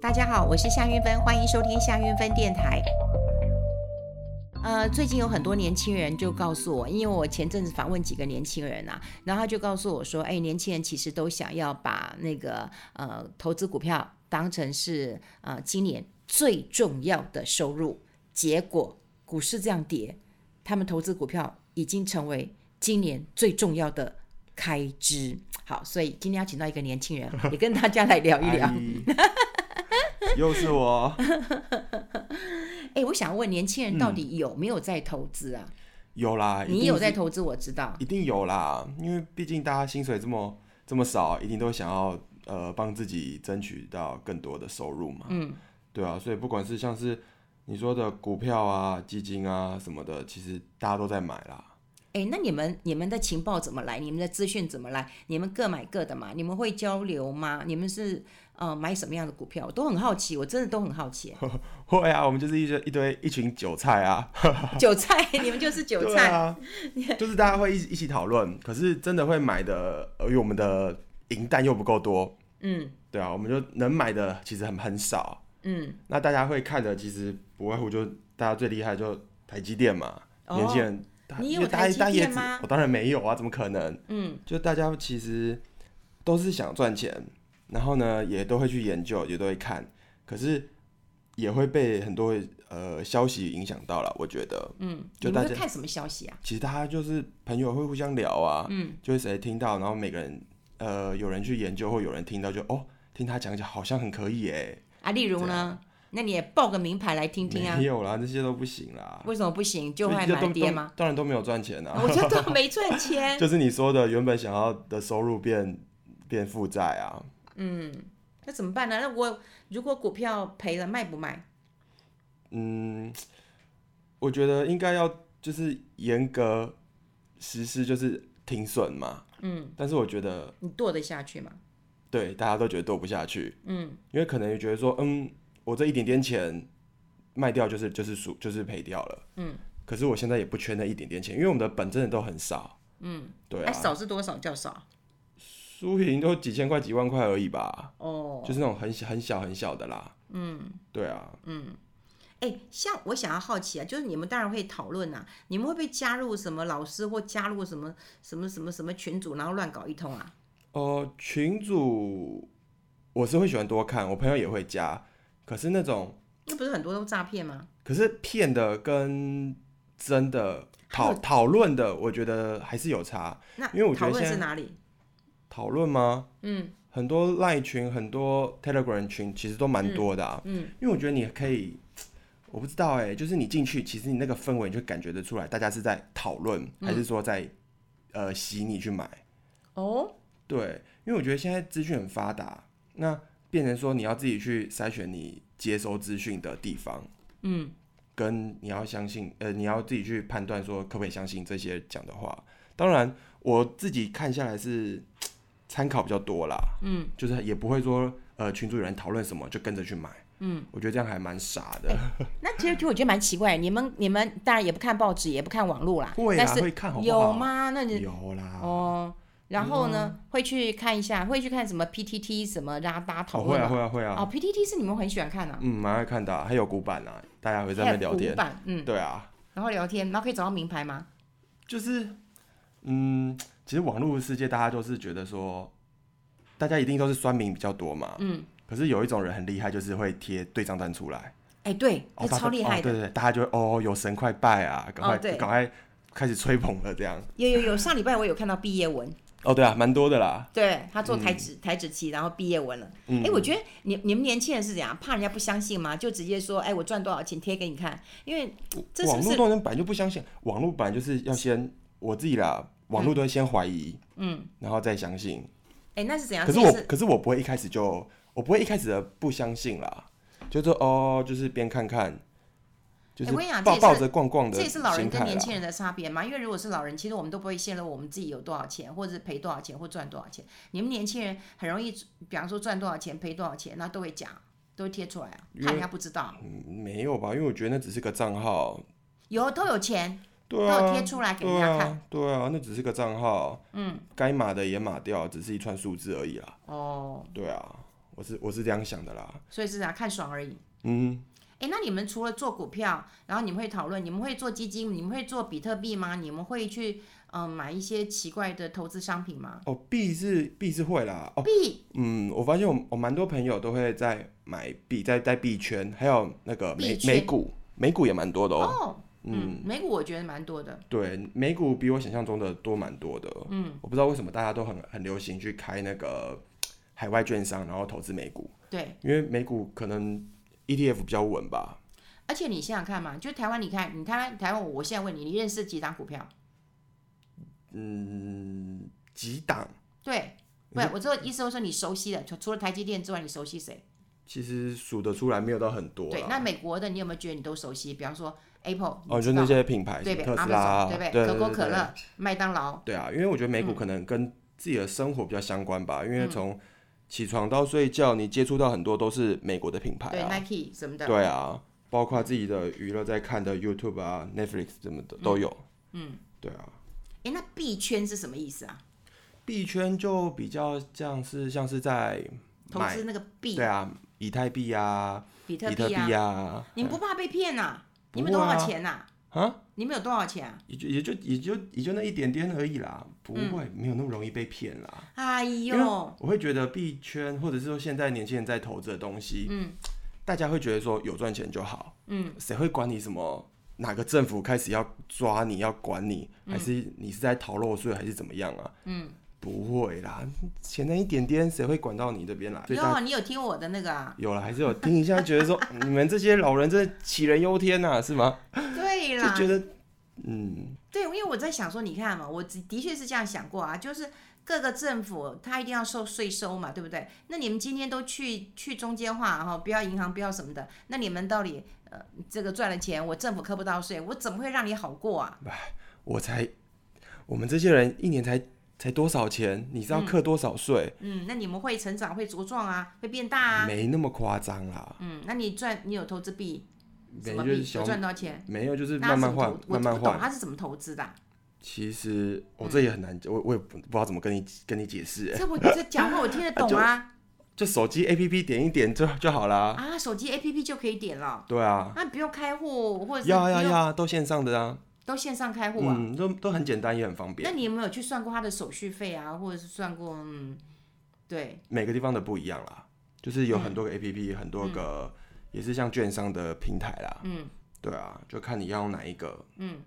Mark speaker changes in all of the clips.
Speaker 1: 大家好，我是夏运芬，欢迎收听夏运芬电台。呃，最近有很多年轻人就告诉我，因为我前阵子访问几个年轻人啊，然后他就告诉我说，哎，年轻人其实都想要把那个呃投资股票当成是呃今年最重要的收入，结果股市这样跌，他们投资股票已经成为今年最重要的开支。好，所以今天要请到一个年轻人，也跟大家来聊一聊。
Speaker 2: 哎又是我，
Speaker 1: 哎，我想问年轻人到底有没有在投资啊？
Speaker 2: 有啦，嗯一
Speaker 1: 你
Speaker 2: 定
Speaker 1: 有在
Speaker 2: 是，
Speaker 1: 投资，我知道。
Speaker 2: 一定有啦，因为毕竟大家薪水这么这么少，一定都想要呃帮自己争取到更多的收入嘛，
Speaker 1: 嗯，
Speaker 2: 对啊，所以不管是像是你说的股票啊、基金啊什么的，其实大家都在买啦。
Speaker 1: 哎，那你们你们的情报怎么来？你们的资讯怎么来？你们各买各的嘛？你们会交流吗？你们是呃买什么样的股票？我都很好奇，我真的都很好奇。
Speaker 2: 会啊，我们就是一堆一堆一群韭菜啊，
Speaker 1: 韭菜， 你们就是韭
Speaker 2: 对
Speaker 1: 菜。
Speaker 2: 啊， 就是大家会一起一起讨论，可是真的会买的，呃因为我们的银弹又不够多，
Speaker 1: 嗯
Speaker 2: 对啊，我们就能买的其实很很少。
Speaker 1: 嗯，
Speaker 2: 那大家会看的，其实不外乎就大家最厉害就台积电嘛，
Speaker 1: 哦
Speaker 2: 年轻人。大
Speaker 1: 你有
Speaker 2: 因为大
Speaker 1: 台积
Speaker 2: 大家也
Speaker 1: 电
Speaker 2: 只
Speaker 1: 吗
Speaker 2: 我当然没有啊，怎么可能？
Speaker 1: 嗯，
Speaker 2: 就大家其实都是想赚钱，然后呢也都会去研究，也都会看，可是也会被很多呃消息影响到了。我觉得，
Speaker 1: 嗯，
Speaker 2: 就
Speaker 1: 你
Speaker 2: 大
Speaker 1: 们会
Speaker 2: 家
Speaker 1: 看什么消息啊？
Speaker 2: 其实大家就是朋友会互相聊啊，
Speaker 1: 嗯，
Speaker 2: 就是谁听到，然后每个人呃有人去研究，或有人听到就哦，听他讲讲好像很可以哎、
Speaker 1: 啊，例如呢，那你也报个名牌来听听啊
Speaker 2: 没。有啦，那些都不行啦。
Speaker 1: 为什么不行？就
Speaker 2: 所以
Speaker 1: 会
Speaker 2: 就
Speaker 1: 买哦
Speaker 2: 都
Speaker 1: 跌
Speaker 2: 都
Speaker 1: 吗？
Speaker 2: 当然都没有赚钱啊，
Speaker 1: 我就 都没赚钱。
Speaker 2: 就是你说的原本想要的收入变变负债啊，
Speaker 1: 那怎么办呢？那我如果股票赔了，卖不卖？
Speaker 2: 嗯，我觉得应该要就是严格实施就是停损嘛，嗯，但是我觉得
Speaker 1: 你剁得下去吗？
Speaker 2: 对大家都觉得剁不下去，
Speaker 1: 嗯，
Speaker 2: 因为可能也觉得说，嗯，我这一点点钱卖掉就是就是输就是赔掉了，
Speaker 1: 嗯，
Speaker 2: 可是我现在也不缺那一点点钱，因为我们的本真的都很少，嗯，对
Speaker 1: 哎、
Speaker 2: 啊，
Speaker 1: 少是多少叫少？
Speaker 2: 输赢都几千块几万块而已吧，
Speaker 1: 哦，
Speaker 2: 就是那种很小很小很小的啦。嗯，对啊，
Speaker 1: 哎、像我想要好奇啊，就是你们当然会讨论啊，你们会不会加入什么老师或加入什么什么什么什么群组，然后乱搞一通啊？
Speaker 2: 呃，群主我是会喜欢多看，我朋友也会加，可是那种
Speaker 1: 那不是很多都诈骗吗？
Speaker 2: 可是骗的跟真的
Speaker 1: 还
Speaker 2: 讨
Speaker 1: 有
Speaker 2: 讨论的，我觉得还是有差。
Speaker 1: 那
Speaker 2: 因为我觉
Speaker 1: 讨
Speaker 2: 得
Speaker 1: 论
Speaker 2: 现
Speaker 1: 是
Speaker 2: 在
Speaker 1: 哪里？
Speaker 2: 讨论吗？
Speaker 1: 嗯
Speaker 2: 很多赖群，很多 Telegram 群，其实都蛮多的、啊
Speaker 1: 嗯，
Speaker 2: 因为我觉得你可以。我不知道哎、就是你进去，其实你那个氛围，你就感觉得出来，大家是在讨论，
Speaker 1: 嗯
Speaker 2: 还是说在、呃洗你去买？
Speaker 1: 哦，
Speaker 2: 对，因为我觉得现在资讯很发达，那变成说你要自己去筛选你接收资讯的地方，
Speaker 1: 嗯，
Speaker 2: 跟你要相信，呃，你要自己去判断说可不可以相信这些讲的话。当然，我自己看下来是参考比较多啦，
Speaker 1: 嗯，
Speaker 2: 就是也不会说呃群主有人讨论什么就跟着去买，嗯，我觉得这样还蛮傻的。
Speaker 1: 那其实其实我觉得蛮奇怪，你们你们当然也不看报纸，也不看网络啦，
Speaker 2: 会
Speaker 1: 但
Speaker 2: 啦，
Speaker 1: 是
Speaker 2: 会看好不好？
Speaker 1: 有？吗？那你
Speaker 2: 有啦，
Speaker 1: 哦，然后呢、会去看一下，会去看什么 PTT 什么拉达讨
Speaker 2: 哦会
Speaker 1: 论吗？
Speaker 2: 啊，会啊，会啊，
Speaker 1: 哦，PTT 是你们很喜欢看啊，
Speaker 2: 嗯，蛮爱看的啊、还有古板啊，大家会在那
Speaker 1: 还有
Speaker 2: 边聊
Speaker 1: 古
Speaker 2: 天，
Speaker 1: 板，嗯，
Speaker 2: 对啊，
Speaker 1: 然后聊天，然后可以找到名牌吗？
Speaker 2: 就是，嗯，其实网络世界大家都是觉得说，大家一定都是酸民比较多嘛。
Speaker 1: 嗯。
Speaker 2: 可是有一种人很厉害，就是会贴对账单出来，
Speaker 1: 哎、对，
Speaker 2: 哦
Speaker 1: 这，超厉害
Speaker 2: 的、
Speaker 1: 的。
Speaker 2: 哦。对对，大家就会哦，有神快拜啊，赶快
Speaker 1: 哦对
Speaker 2: 赶、快开始吹捧了这样。
Speaker 1: 有有有，上礼拜我有看到毕业文，
Speaker 2: 哦，对啊，蛮多的啦。
Speaker 1: 对他做台指、台指期，然后毕业文了。哎、
Speaker 2: 嗯
Speaker 1: 我觉得你你们年轻人是怎样，怕人家不相信吗？就直接说，哎、我赚多少钱贴给你看，因为这是
Speaker 2: 网
Speaker 1: 不
Speaker 2: 络
Speaker 1: 是？
Speaker 2: 动人本来就不相信，网络本来就是要先我自己啦，网络都会先怀疑，嗯，然后再相信。
Speaker 1: 哎、那是怎样？
Speaker 2: 可是
Speaker 1: 所以
Speaker 2: 我，可是我不会一开始就，我不会一开始的不相信啦，就是说哦，就是边看看，就
Speaker 1: 哎
Speaker 2: 是
Speaker 1: 我跟你讲
Speaker 2: 抱
Speaker 1: 这也是
Speaker 2: 抱着逛逛的
Speaker 1: 这也是老人
Speaker 2: 心
Speaker 1: 跟
Speaker 2: 态
Speaker 1: 年
Speaker 2: 啦。
Speaker 1: 轻人的差别嘛。因为如果是老人，其实我们都不会泄露我们自己有多少钱，或者是赔多少钱，或赚多少钱。你们年轻人很容易，比方说赚多少钱赔多少钱，那都会讲，都会贴出来啊，
Speaker 2: 因为
Speaker 1: 怕人家不知道。
Speaker 2: 嗯没有吧？因为我觉得那只是个账号，
Speaker 1: 有都有钱，
Speaker 2: 对
Speaker 1: 都有
Speaker 2: 啊
Speaker 1: 贴，出来给人
Speaker 2: 对
Speaker 1: 家看。
Speaker 2: 啊，对啊，那只是个账号，嗯，该码的也码掉，只是一串数字而已啦，
Speaker 1: 哦，
Speaker 2: 对啊，我是我是这样想的啦。
Speaker 1: 所以是啊，看爽而已。
Speaker 2: 嗯，
Speaker 1: 哎，那你们除了做股票，然后你们会讨论，你们会做基金，你们会做比特币吗？你们会去嗯、呃买一些奇怪的投资商品吗？
Speaker 2: 哦，币是币是会啦。哦，
Speaker 1: 币
Speaker 2: 嗯，我发现我我蛮多朋友都会在买币，在在币圈，还有那个美
Speaker 1: 币圈
Speaker 2: 美股，美股也蛮多的哦。
Speaker 1: 哦，嗯，美股我觉得蛮多的，
Speaker 2: 对，美股比我想象中的多蛮多的。嗯，我不知道为什么大家都很很流行去开那个海外券商，然后投资美股，
Speaker 1: 对。
Speaker 2: 因为美股可能 ETF 比较稳吧。
Speaker 1: 而且你想想看嘛，就台湾，你看，你看台湾，我现在问你，你认识几档股票？
Speaker 2: 嗯，几档
Speaker 1: 对，不是，我这个意思是说你熟悉的，除除了台积电之外，你熟悉谁？
Speaker 2: 其实数得出来，没有到很多
Speaker 1: 对，
Speaker 2: 啦。
Speaker 1: 那美国的你有没有觉得你都熟悉？比方说 Apple，你
Speaker 2: 哦，就
Speaker 1: 知
Speaker 2: 那
Speaker 1: 道
Speaker 2: 些品牌，
Speaker 1: 对
Speaker 2: 什
Speaker 1: 不对
Speaker 2: 么特斯拉，啊
Speaker 1: Amazon，对不
Speaker 2: 对
Speaker 1: 对？可口
Speaker 2: 对
Speaker 1: 可
Speaker 2: 对
Speaker 1: 乐、嗯麦当劳，
Speaker 2: 对啊，因为我觉得美股可能跟自己的生活比较相关
Speaker 1: 嗯
Speaker 2: 吧，因为从起床到睡觉，你接触到很多都是美国的品牌
Speaker 1: 对
Speaker 2: 啊，
Speaker 1: Nike 什么的，
Speaker 2: 对啊，包括自己的娱乐在看的 YouTube 啊、Netflix 什么的都有。嗯，对啊，
Speaker 1: 哎，那币圈是什么意思啊？
Speaker 2: 币圈就比较像是像是在
Speaker 1: 投
Speaker 2: 买
Speaker 1: 资，那个币
Speaker 2: 对，啊，以太币啊、
Speaker 1: 比特
Speaker 2: 比特
Speaker 1: 币啊，
Speaker 2: 币啊，
Speaker 1: 你们不怕被骗呐？
Speaker 2: 不
Speaker 1: 你们多少
Speaker 2: 会啊
Speaker 1: 钱呐？
Speaker 2: 啊，
Speaker 1: 你们有多少钱啊？
Speaker 2: 也就也就也就也就那一点点而已啦，不会、
Speaker 1: 嗯
Speaker 2: 没有那么容易被骗啦。
Speaker 1: 哎
Speaker 2: 因为
Speaker 1: 呦，
Speaker 2: 我会觉得币圈或者是说现在年轻人在投资的东西，嗯，大家会觉得说有赚钱就好，嗯，谁会管你什么？哪个政府开始要抓你要管你，
Speaker 1: 嗯
Speaker 2: 还是你是在逃漏税还是怎么样啊？嗯，不会啦，简单一点点，谁会管到你这边来？所以大
Speaker 1: 哟，你有听我的那个 啊？
Speaker 2: 有了还是有听一下，觉 得说你们这些老人真的杞人忧天呐、是吗？
Speaker 1: 对
Speaker 2: 就
Speaker 1: 啦，
Speaker 2: 觉得，嗯，
Speaker 1: 对，因为我在想说，你看嘛，哦我的的确是这样想过啊，就是各个政府它一定要受税收嘛，对不对？那你们今天都去去中间化哈、不要银行，不要什么的，那你们到底呃这个赚了钱，我政府扣不到税，我怎么会让你好过啊？
Speaker 2: 我才，我们这些人一年才才多少钱？你是要课多少税？
Speaker 1: 嗯，那你们会成长，会茁壮啊，会变大啊。
Speaker 2: 没那么夸张啦，
Speaker 1: 嗯，那你赚你有投资币什
Speaker 2: 没
Speaker 1: 么
Speaker 2: 就
Speaker 1: 币
Speaker 2: 是
Speaker 1: 有
Speaker 2: 小
Speaker 1: 赚到钱？
Speaker 2: 没有就是
Speaker 1: 那他
Speaker 2: 慢慢
Speaker 1: 怎么
Speaker 2: 换
Speaker 1: 投，我
Speaker 2: 慢慢
Speaker 1: 不懂
Speaker 2: 换。
Speaker 1: 他是怎么投资的啊、
Speaker 2: 其实我、这也很难，我我也不不知道怎么跟你跟你解释欸，
Speaker 1: 这我这讲话我 听得懂啊
Speaker 2: 就手机 A P P 点一点就就好啦。
Speaker 1: 啊，手机 APP 就可以点了，
Speaker 2: 对啊，
Speaker 1: 那不用开户或者是
Speaker 2: 要啊要
Speaker 1: 不
Speaker 2: 啊
Speaker 1: 用
Speaker 2: 要啊，都线上的啊，
Speaker 1: 都线上开户啊。
Speaker 2: 嗯，都都很简单也很方
Speaker 1: 那
Speaker 2: 便，
Speaker 1: 你有没有去算过他的手续费啊，或者是算过嗯，对，
Speaker 2: 每个地方的不一样啦，就是有很多个 A P P，、很多个也是像券商的平台啦，
Speaker 1: 嗯，
Speaker 2: 对啊，就看你要用哪一个，嗯，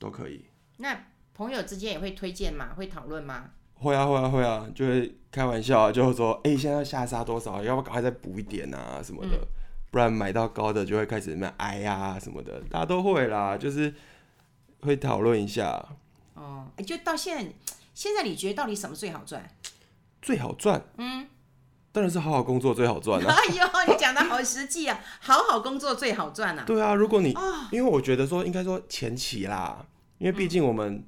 Speaker 2: 都可以。
Speaker 1: 那朋友之间也会推荐嘛，会讨论吗？
Speaker 2: 会啊会啊会啊，就会开玩笑啊，就会说，哎、现在要下杀多少，要不要赶快再补一点啊什么的，不然买到高的就会开始那边哎呀什么的，大家都会啦，就是会讨论一下，
Speaker 1: 哦，诶就到现在，现在你觉得到底什么最好赚？
Speaker 2: 最好赚，嗯，当然是好好工作最好赚啊，
Speaker 1: 哎呦，你讲的好实际啊，好好工作最好赚啊。
Speaker 2: 对啊，如果你，因为我觉得说应该说前期啦，因为毕竟我们，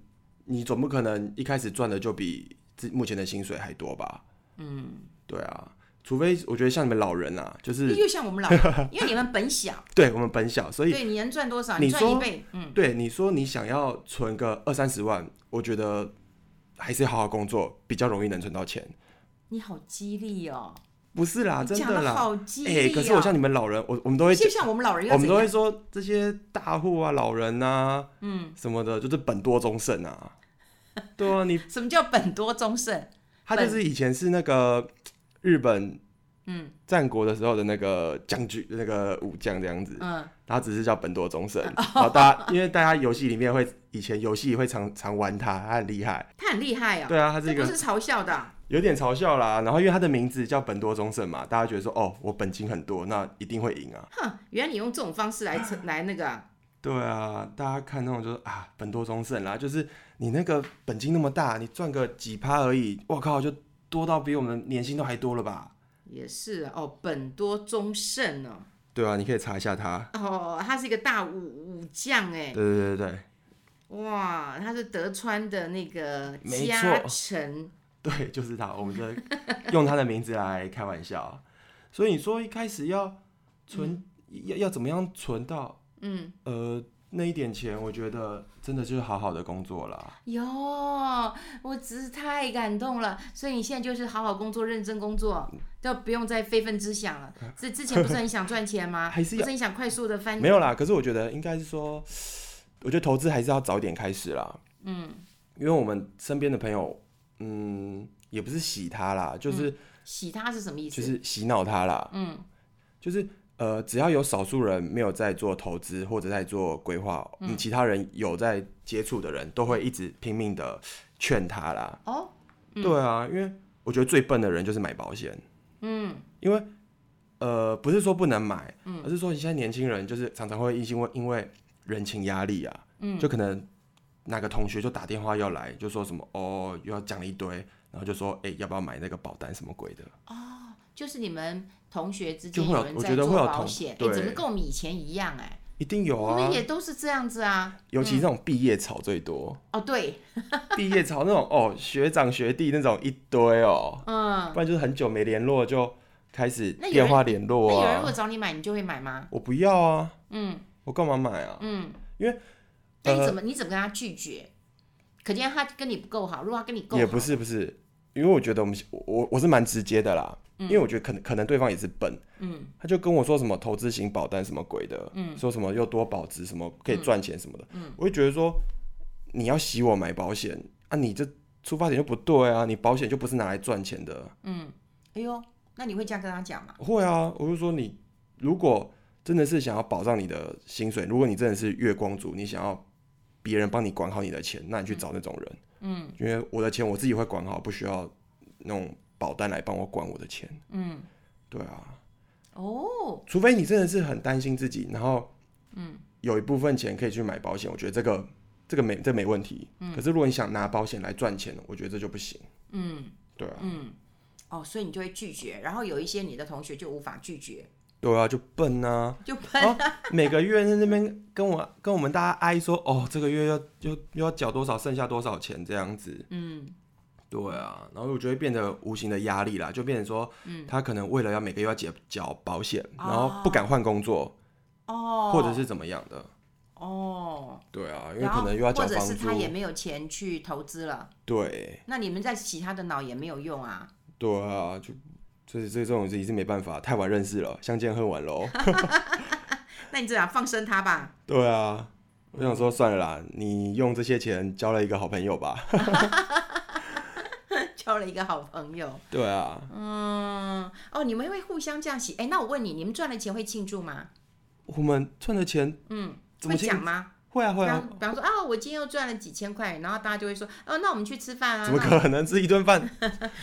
Speaker 2: 你总不可能一开始赚的就比自目前的薪水还多吧，嗯，对啊，除非我觉得像你们老人啊，就是
Speaker 1: 又像我们老人，因为你们本 小，
Speaker 2: 对我们本小，所以。
Speaker 1: 对，你能赚多少，
Speaker 2: 你
Speaker 1: 赚一
Speaker 2: 说
Speaker 1: 倍，嗯，
Speaker 2: 对你说，你想要存个二三十万，我觉得还是好好工作比较容易能存到钱。
Speaker 1: 你好激励哦，
Speaker 2: 不是啦，
Speaker 1: 你
Speaker 2: 真
Speaker 1: 讲
Speaker 2: 的
Speaker 1: 得
Speaker 2: 啦。
Speaker 1: 好激
Speaker 2: 哎、
Speaker 1: 励哦。
Speaker 2: 可是我像你们老人，我我们都会，
Speaker 1: 就像我们老人
Speaker 2: 我
Speaker 1: 又怎
Speaker 2: 们都会
Speaker 1: 样？
Speaker 2: 说这些大户啊、老人啊，嗯，什么的，就是本多终 胜啊。对啊，你
Speaker 1: 什么叫本多终胜？
Speaker 2: 他就是以前是那个日本，嗯，战国的时候的那个将军、那个武将这样子。
Speaker 1: 嗯，
Speaker 2: 他只是叫本多 忠胜，然后大家因为大家游戏里面会以前游戏会常常玩他，他很 厉害，
Speaker 1: 他很厉害哦，
Speaker 2: 对啊，他是
Speaker 1: 这
Speaker 2: 一
Speaker 1: 不
Speaker 2: 个
Speaker 1: 是嘲笑的啊。
Speaker 2: 有点嘲笑啦。然后因为他的名字叫本多忠胜嘛，大家觉得说哦，我本金很多，那一定会赢啊。
Speaker 1: 哼，原来你用这种方式来 测来那个啊、
Speaker 2: 对啊，大家看那种就是啊，本多忠胜啦，就是你那个本金那么大，你赚个几趴而已，我靠，就多到比我们年薪都还多了吧？
Speaker 1: 也是啊哦，本多忠胜哦，
Speaker 2: 对啊，你可以查一下他。
Speaker 1: 哦，他是一个大武武将哎
Speaker 2: 对，对对对
Speaker 1: 哇，他是德川的那个
Speaker 2: 没
Speaker 1: 家
Speaker 2: 错
Speaker 1: 臣，
Speaker 2: 对，对，就是他，我们就用他的名字来开玩笑。所以你说一开始要存，要要怎么样存到？嗯，呃，那一点钱，我觉得真的就是好好的工作啦。
Speaker 1: 哟，我只是太感动了，所以你现在就是好好工作，认真工作，
Speaker 2: 嗯
Speaker 1: 都不用再非分之想了。这之前不是很想赚钱吗？
Speaker 2: 啊 还是要
Speaker 1: 不是很想快速的翻？
Speaker 2: 没有啦，可是我觉得应该是说，我觉得投资还是要早点开始啦。嗯，因为我们身边的朋友，嗯，也不是洗他啦，就是、
Speaker 1: 洗它是什么意思？
Speaker 2: 就是洗脑他啦。嗯，就是呃，只要有少数人没有在做投资或者在做规划，嗯，其他人有在接触的人都会一直拼命的劝他啦。
Speaker 1: 哦，
Speaker 2: 对啊，因为我觉得最笨的人就是买保险。嗯，因为呃，不是说不能买，而是说你现在年轻人就是常常会因为因为人情压力啊，嗯，就可能哪个同学就打电话要来，就说什么哦，又要讲了一堆，然后就说哎、要不要买那个保单什么鬼的？
Speaker 1: 就是你们同学之
Speaker 2: 就
Speaker 1: 间
Speaker 2: 会有
Speaker 1: 有人
Speaker 2: 我
Speaker 1: 在
Speaker 2: 觉得
Speaker 1: 做
Speaker 2: 会有
Speaker 1: 保
Speaker 2: 同
Speaker 1: 险，哎、
Speaker 2: 对
Speaker 1: 怎么跟我们以前一样、哎、
Speaker 2: 一定有
Speaker 1: 我
Speaker 2: 啊
Speaker 1: 们，也都是这样子啊。
Speaker 2: 尤其这种毕业潮最多，
Speaker 1: 哦，对，
Speaker 2: 毕业潮那种哦，学长学弟那种一堆哦，
Speaker 1: 嗯，
Speaker 2: 不然就是很久没联络就开始
Speaker 1: 那有人
Speaker 2: 电话联
Speaker 1: 那
Speaker 2: 络
Speaker 1: 哎有人如果
Speaker 2: 啊，
Speaker 1: 找你买，你就会买吗？
Speaker 2: 我不要啊，
Speaker 1: 嗯
Speaker 2: 我干嘛买啊？
Speaker 1: 嗯，
Speaker 2: 因为
Speaker 1: 那你
Speaker 2: 呃
Speaker 1: 怎么、你怎么跟他拒绝？可见他跟你不够好，如果他跟你够好，
Speaker 2: 也不是不是，因为我觉得我们我我我是蛮直接的啦，因为我觉得可能可能对方也是笨，
Speaker 1: 嗯，
Speaker 2: 他就跟我说什么投资型保单什么鬼的，嗯，说什么又多保值什么可以赚钱什么的，嗯，我就觉得说你要洗我买保险啊，你这出发点就不对啊，你保险就不是拿来赚钱的，
Speaker 1: 哎呦，那你会这样跟他讲吗？
Speaker 2: 会啊，我就说你如果真的是想要保障你的薪水，如果你真的是月光族，你想要别人帮你管好你的钱，那你去找那种人。嗯，因为我的钱我自己会管好，不需要那种保单来帮我管我的钱。嗯，对啊，
Speaker 1: 哦，
Speaker 2: 除非你真的是很担心自己，然后嗯，有一部分钱可以去买保险，我觉得这个这个没这没问题。可是如果你想拿保险来赚钱，我觉得这就不行。
Speaker 1: 嗯
Speaker 2: 对啊，
Speaker 1: 嗯，哦，所以你就会拒绝，然后有一些你的同学就无法拒绝，
Speaker 2: 对啊，就笨啊。
Speaker 1: 就喷、
Speaker 2: 每个月在那边跟我跟我们大家哀说，哦，这个月要又又要缴多少，剩下多少钱这样子。
Speaker 1: 嗯
Speaker 2: 对啊，然后我觉得变得无形的压力啦，就变成说，
Speaker 1: 嗯
Speaker 2: 他可能为了要每个月要缴缴保险，
Speaker 1: 哦
Speaker 2: 然后不敢换工作，
Speaker 1: 哦，
Speaker 2: 或者是怎么样的。
Speaker 1: 哦，
Speaker 2: 对啊，因为
Speaker 1: 然
Speaker 2: 可
Speaker 1: 后
Speaker 2: 能又要
Speaker 1: 或
Speaker 2: 缴
Speaker 1: 者
Speaker 2: 房
Speaker 1: 是
Speaker 2: 租
Speaker 1: 他。也没有钱去投资了，
Speaker 2: 对
Speaker 1: 那你们在洗他的脑也没有用啊。
Speaker 2: 对啊，就这这这种已经没办法，太晚认识了，相见恨晚喽。
Speaker 1: 那你这样放生他吧，
Speaker 2: 对啊，我想说算了啦，你用这些钱交了一个好朋友吧。
Speaker 1: 交了一个好朋友。
Speaker 2: 对啊，
Speaker 1: 嗯，哦，你们会互相这样洗？哎，那我问你，你们赚了钱会庆祝吗？
Speaker 2: 我们赚的钱
Speaker 1: 嗯，
Speaker 2: 怎
Speaker 1: 会
Speaker 2: 么庆
Speaker 1: 讲吗？
Speaker 2: 会啊会
Speaker 1: 比
Speaker 2: 啊
Speaker 1: 方，比方说啊，我今天又赚了几千块，然后大家就会说，哦，那我们去吃饭啊，
Speaker 2: 怎么
Speaker 1: 那
Speaker 2: 可能吃一顿饭？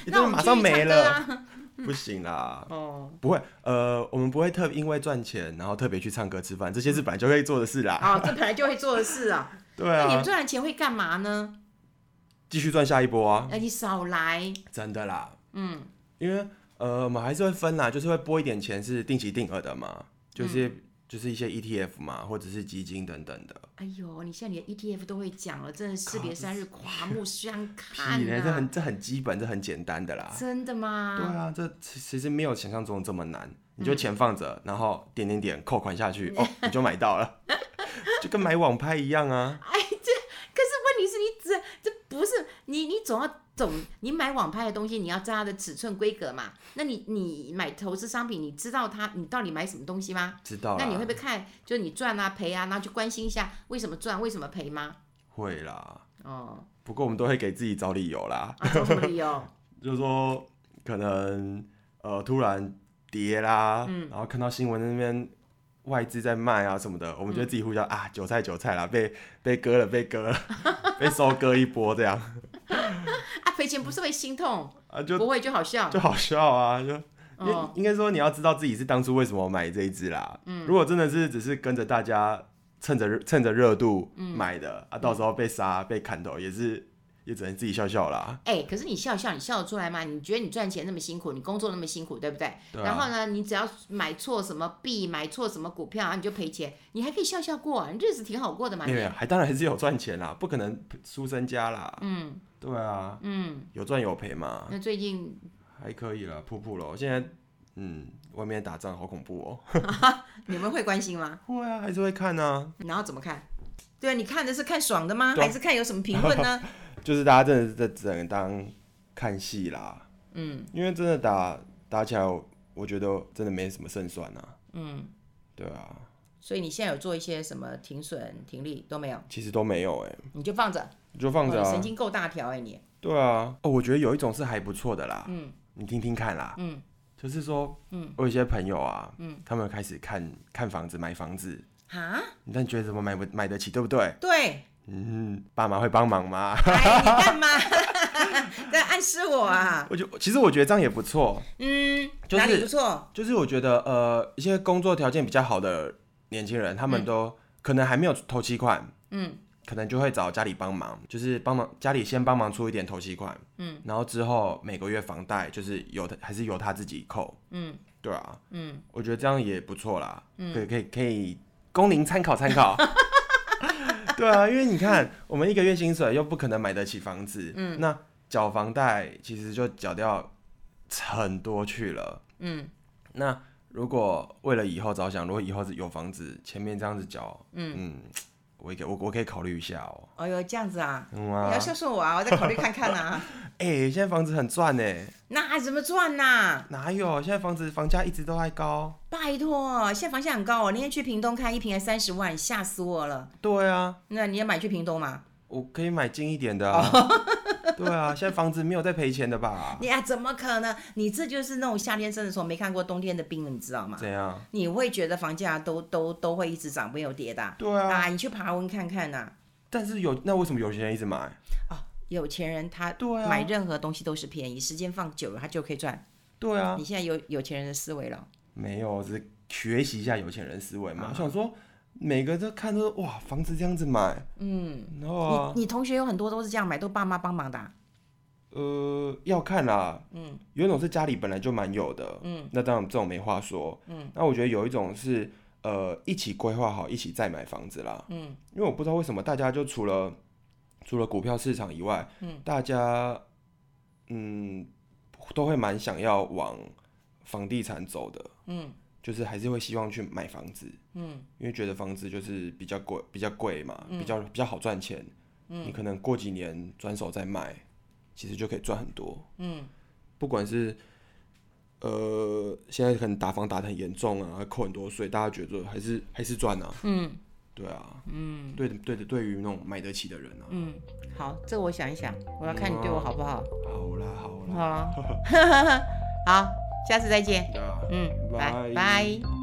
Speaker 2: 一
Speaker 1: 那我们
Speaker 2: 顿马上
Speaker 1: 去唱
Speaker 2: 没
Speaker 1: 歌
Speaker 2: 了，
Speaker 1: 啊。
Speaker 2: 不行啦，
Speaker 1: 哦，
Speaker 2: 不会。呃，我们不会特因为赚钱然后特别去唱歌吃饭，这些是本来就会做的事啦。
Speaker 1: 啊，这本来就会做的事啊。
Speaker 2: 对
Speaker 1: 那你们
Speaker 2: 啊，
Speaker 1: 赚了钱会干嘛呢？
Speaker 2: 继续赚下一波啊，
Speaker 1: 哎，你少来，
Speaker 2: 真的啦，
Speaker 1: 嗯，
Speaker 2: 因为呃，我们还是会分啦，就是会拨一点钱是定期定额的嘛，
Speaker 1: 嗯
Speaker 2: 就是、就是一些 ETF 嘛，或者是基金等等的。
Speaker 1: 哎呦，你现在连 ETF 都会讲了，真的是别三日刮目相看啊
Speaker 2: 屁嘞，这
Speaker 1: 呐、
Speaker 2: 很这很基本，这很简单的啦。
Speaker 1: 真的
Speaker 2: 对
Speaker 1: 吗？
Speaker 2: 啊，这其其实没有想象中的这么难。
Speaker 1: 嗯
Speaker 2: 你就钱放着，然后点点点扣款下去，哦，你就买到了， 就跟买网拍一样啊。
Speaker 1: 可是问题是你这这不是你你总要总你买网拍的东西，你要知道它的尺寸规格嘛。那你你买投资商品，你知道它你到底买什么东西吗？
Speaker 2: 知道啦，
Speaker 1: 那你会不会看就是你赚啊赔啊，然后去关心一下为什么赚为什么赔吗？
Speaker 2: 会啦。
Speaker 1: 哦，
Speaker 2: 不过我们都会给自己找理由啦，
Speaker 1: 啊，找什么理由？
Speaker 2: 就是说可能呃突然跌啦，
Speaker 1: 嗯
Speaker 2: 然后看到新闻那边外资在卖啊什么的，我们就会
Speaker 1: 嗯
Speaker 2: 自己互相、啊韭菜韭菜啦，被被割了被割了， 被收割一波这样
Speaker 1: 啊，赔钱不是会心痛，
Speaker 2: 啊 就
Speaker 1: 不会就好笑。
Speaker 2: 就好笑啊就。因为
Speaker 1: 哦嗯
Speaker 2: 应该说你要知道自己是当初为什么买这一支啦。如果真的是只是跟着大家趁着趁着热度
Speaker 1: 嗯
Speaker 2: 买的、啊，到时候被杀被砍头也是也只能自己笑笑啦。
Speaker 1: 哎、可是你笑一笑，你笑得出来吗？你觉得你赚钱那么辛苦，你工作那么辛苦，对不对？
Speaker 2: 对啊
Speaker 1: 然后呢，你只要买错什么币，买错什么股票，然后你就赔钱，你还可以笑笑过、啊，你日子挺好过的嘛。
Speaker 2: 没有
Speaker 1: 你
Speaker 2: 没有，还当然还是有赚钱啦，不可能输身家啦。
Speaker 1: 嗯
Speaker 2: 对啊，
Speaker 1: 嗯，
Speaker 2: 有赚有赔嘛，
Speaker 1: 那最 近
Speaker 2: 还可以啦，普普咯。现在嗯，外面打仗好恐怖哦、
Speaker 1: 你们会关心吗？
Speaker 2: 会啊，还是会看啊。
Speaker 1: 然后怎么看？对啊，你看的是看爽的吗？
Speaker 2: 对啊
Speaker 1: 还是看有什么评论 呢？
Speaker 2: 就是大家真的是在只能当看戏啦。嗯，因为真的打打起来我，我觉得真的没什么胜算啊。嗯，对啊，
Speaker 1: 所以你现在有做一些什么停损、停利都没有，
Speaker 2: 其实都没有哎、
Speaker 1: 你就放着，
Speaker 2: 你就放着
Speaker 1: 哦你
Speaker 2: 啊
Speaker 1: 神。经够大条哎、 你。
Speaker 2: 对啊，哦，我觉得有一种是还不错的啦。嗯，你听听看啦。嗯，就是说，嗯，我有一些朋友啊，嗯，他们开始看看房子、买房子，
Speaker 1: 啊，
Speaker 2: 但你觉得怎么买不买得起，对不对？
Speaker 1: 对，
Speaker 2: 嗯，爸妈会帮忙吗？
Speaker 1: 哎，你干嘛 在暗示我啊？
Speaker 2: 我就其实我觉得这样也不错，
Speaker 1: 嗯，
Speaker 2: 就
Speaker 1: 哪
Speaker 2: 是
Speaker 1: 里不错？
Speaker 2: 就是我觉得呃，一些工作条件比较好的年轻人，他们都、可能还没有头期款，
Speaker 1: 嗯，
Speaker 2: 可能就会找家里帮忙，就是帮忙家里先帮忙出一点头期款，嗯，然后之后每个月房贷就是由他还是由他自己扣，
Speaker 1: 嗯，
Speaker 2: 对啊，
Speaker 1: 嗯，
Speaker 2: 我觉得这样也不错啦，嗯，可以可以可以供您参考参考。 对啊，因为你看，我们一个月薪水又不可能买得起房子，嗯，那缴房贷其实就缴掉很多去了，
Speaker 1: 嗯，
Speaker 2: 那如果为了以后着想，如果以后是有房子，前面这样子缴，嗯我也可以我我可以考虑一下哦、
Speaker 1: 哎呦，这样子啊，
Speaker 2: 嗯
Speaker 1: 你要
Speaker 2: 啊，
Speaker 1: 笑笑我啊，我再考虑看看啊。
Speaker 2: 哎、现在房子很赚呢、
Speaker 1: 那怎么赚呐、
Speaker 2: 哪有？现在房子房价一直都还高。
Speaker 1: 拜托，现在房价很高哦，那天去屏东看一平还三十万，吓死我了。
Speaker 2: 对啊，
Speaker 1: 那你也买去屏东嘛？
Speaker 2: 我可以买近一点的、啊。 对啊，现在房子没有在赔钱的 吧？
Speaker 1: 你啊，怎么可能？你这就是那种夏天生的时候没看过冬天的冰，你知道吗？
Speaker 2: 怎样？
Speaker 1: 你会觉得房价都都都会一直涨，没有跌的啊。
Speaker 2: 对啊，
Speaker 1: 啊，你去爬文看看呐、
Speaker 2: 但是有那为什么有些人一直买？
Speaker 1: 哦，有钱人他
Speaker 2: 对啊
Speaker 1: 买任何东西都是便宜，时间放久了他就可以赚。
Speaker 2: 对啊，
Speaker 1: 你现在有有钱人的思维了，
Speaker 2: 没有，只是学习一下有钱人思维嘛。我想说，每个都看都哇，房子这样子买，嗯，然后啊、
Speaker 1: 你你同学有很多都是这样买，都爸妈帮忙的啊、
Speaker 2: 呃，要看啦，嗯，有一种是家里本来就蛮有的，嗯，那当然这种没话说，嗯，那我觉得有一种是呃一起规划好，一起再买房子啦，嗯，因为我不知道为什么大家就除了除了股票市场以外，嗯，大家嗯都会蛮想要往房地产走的，嗯，就是还是会希望去买房子，嗯，因为觉得房子就是比较贵，比较贵嘛，比较比较好赚钱，嗯，你可能过几年转手再卖。其实就可以赚很多。嗯，不管是呃，现在可能打房打得很严重啊，扣很多税，大家觉得还是还是赚啊。嗯，对啊，嗯，对的对的，对于那种买得起的人啊，嗯，
Speaker 1: 好，这我想一想，我要看你对我好不好。
Speaker 2: 好啦好啦，
Speaker 1: 好，好，下次再见。
Speaker 2: 对啊，
Speaker 1: 嗯，拜
Speaker 2: 拜
Speaker 1: 拜。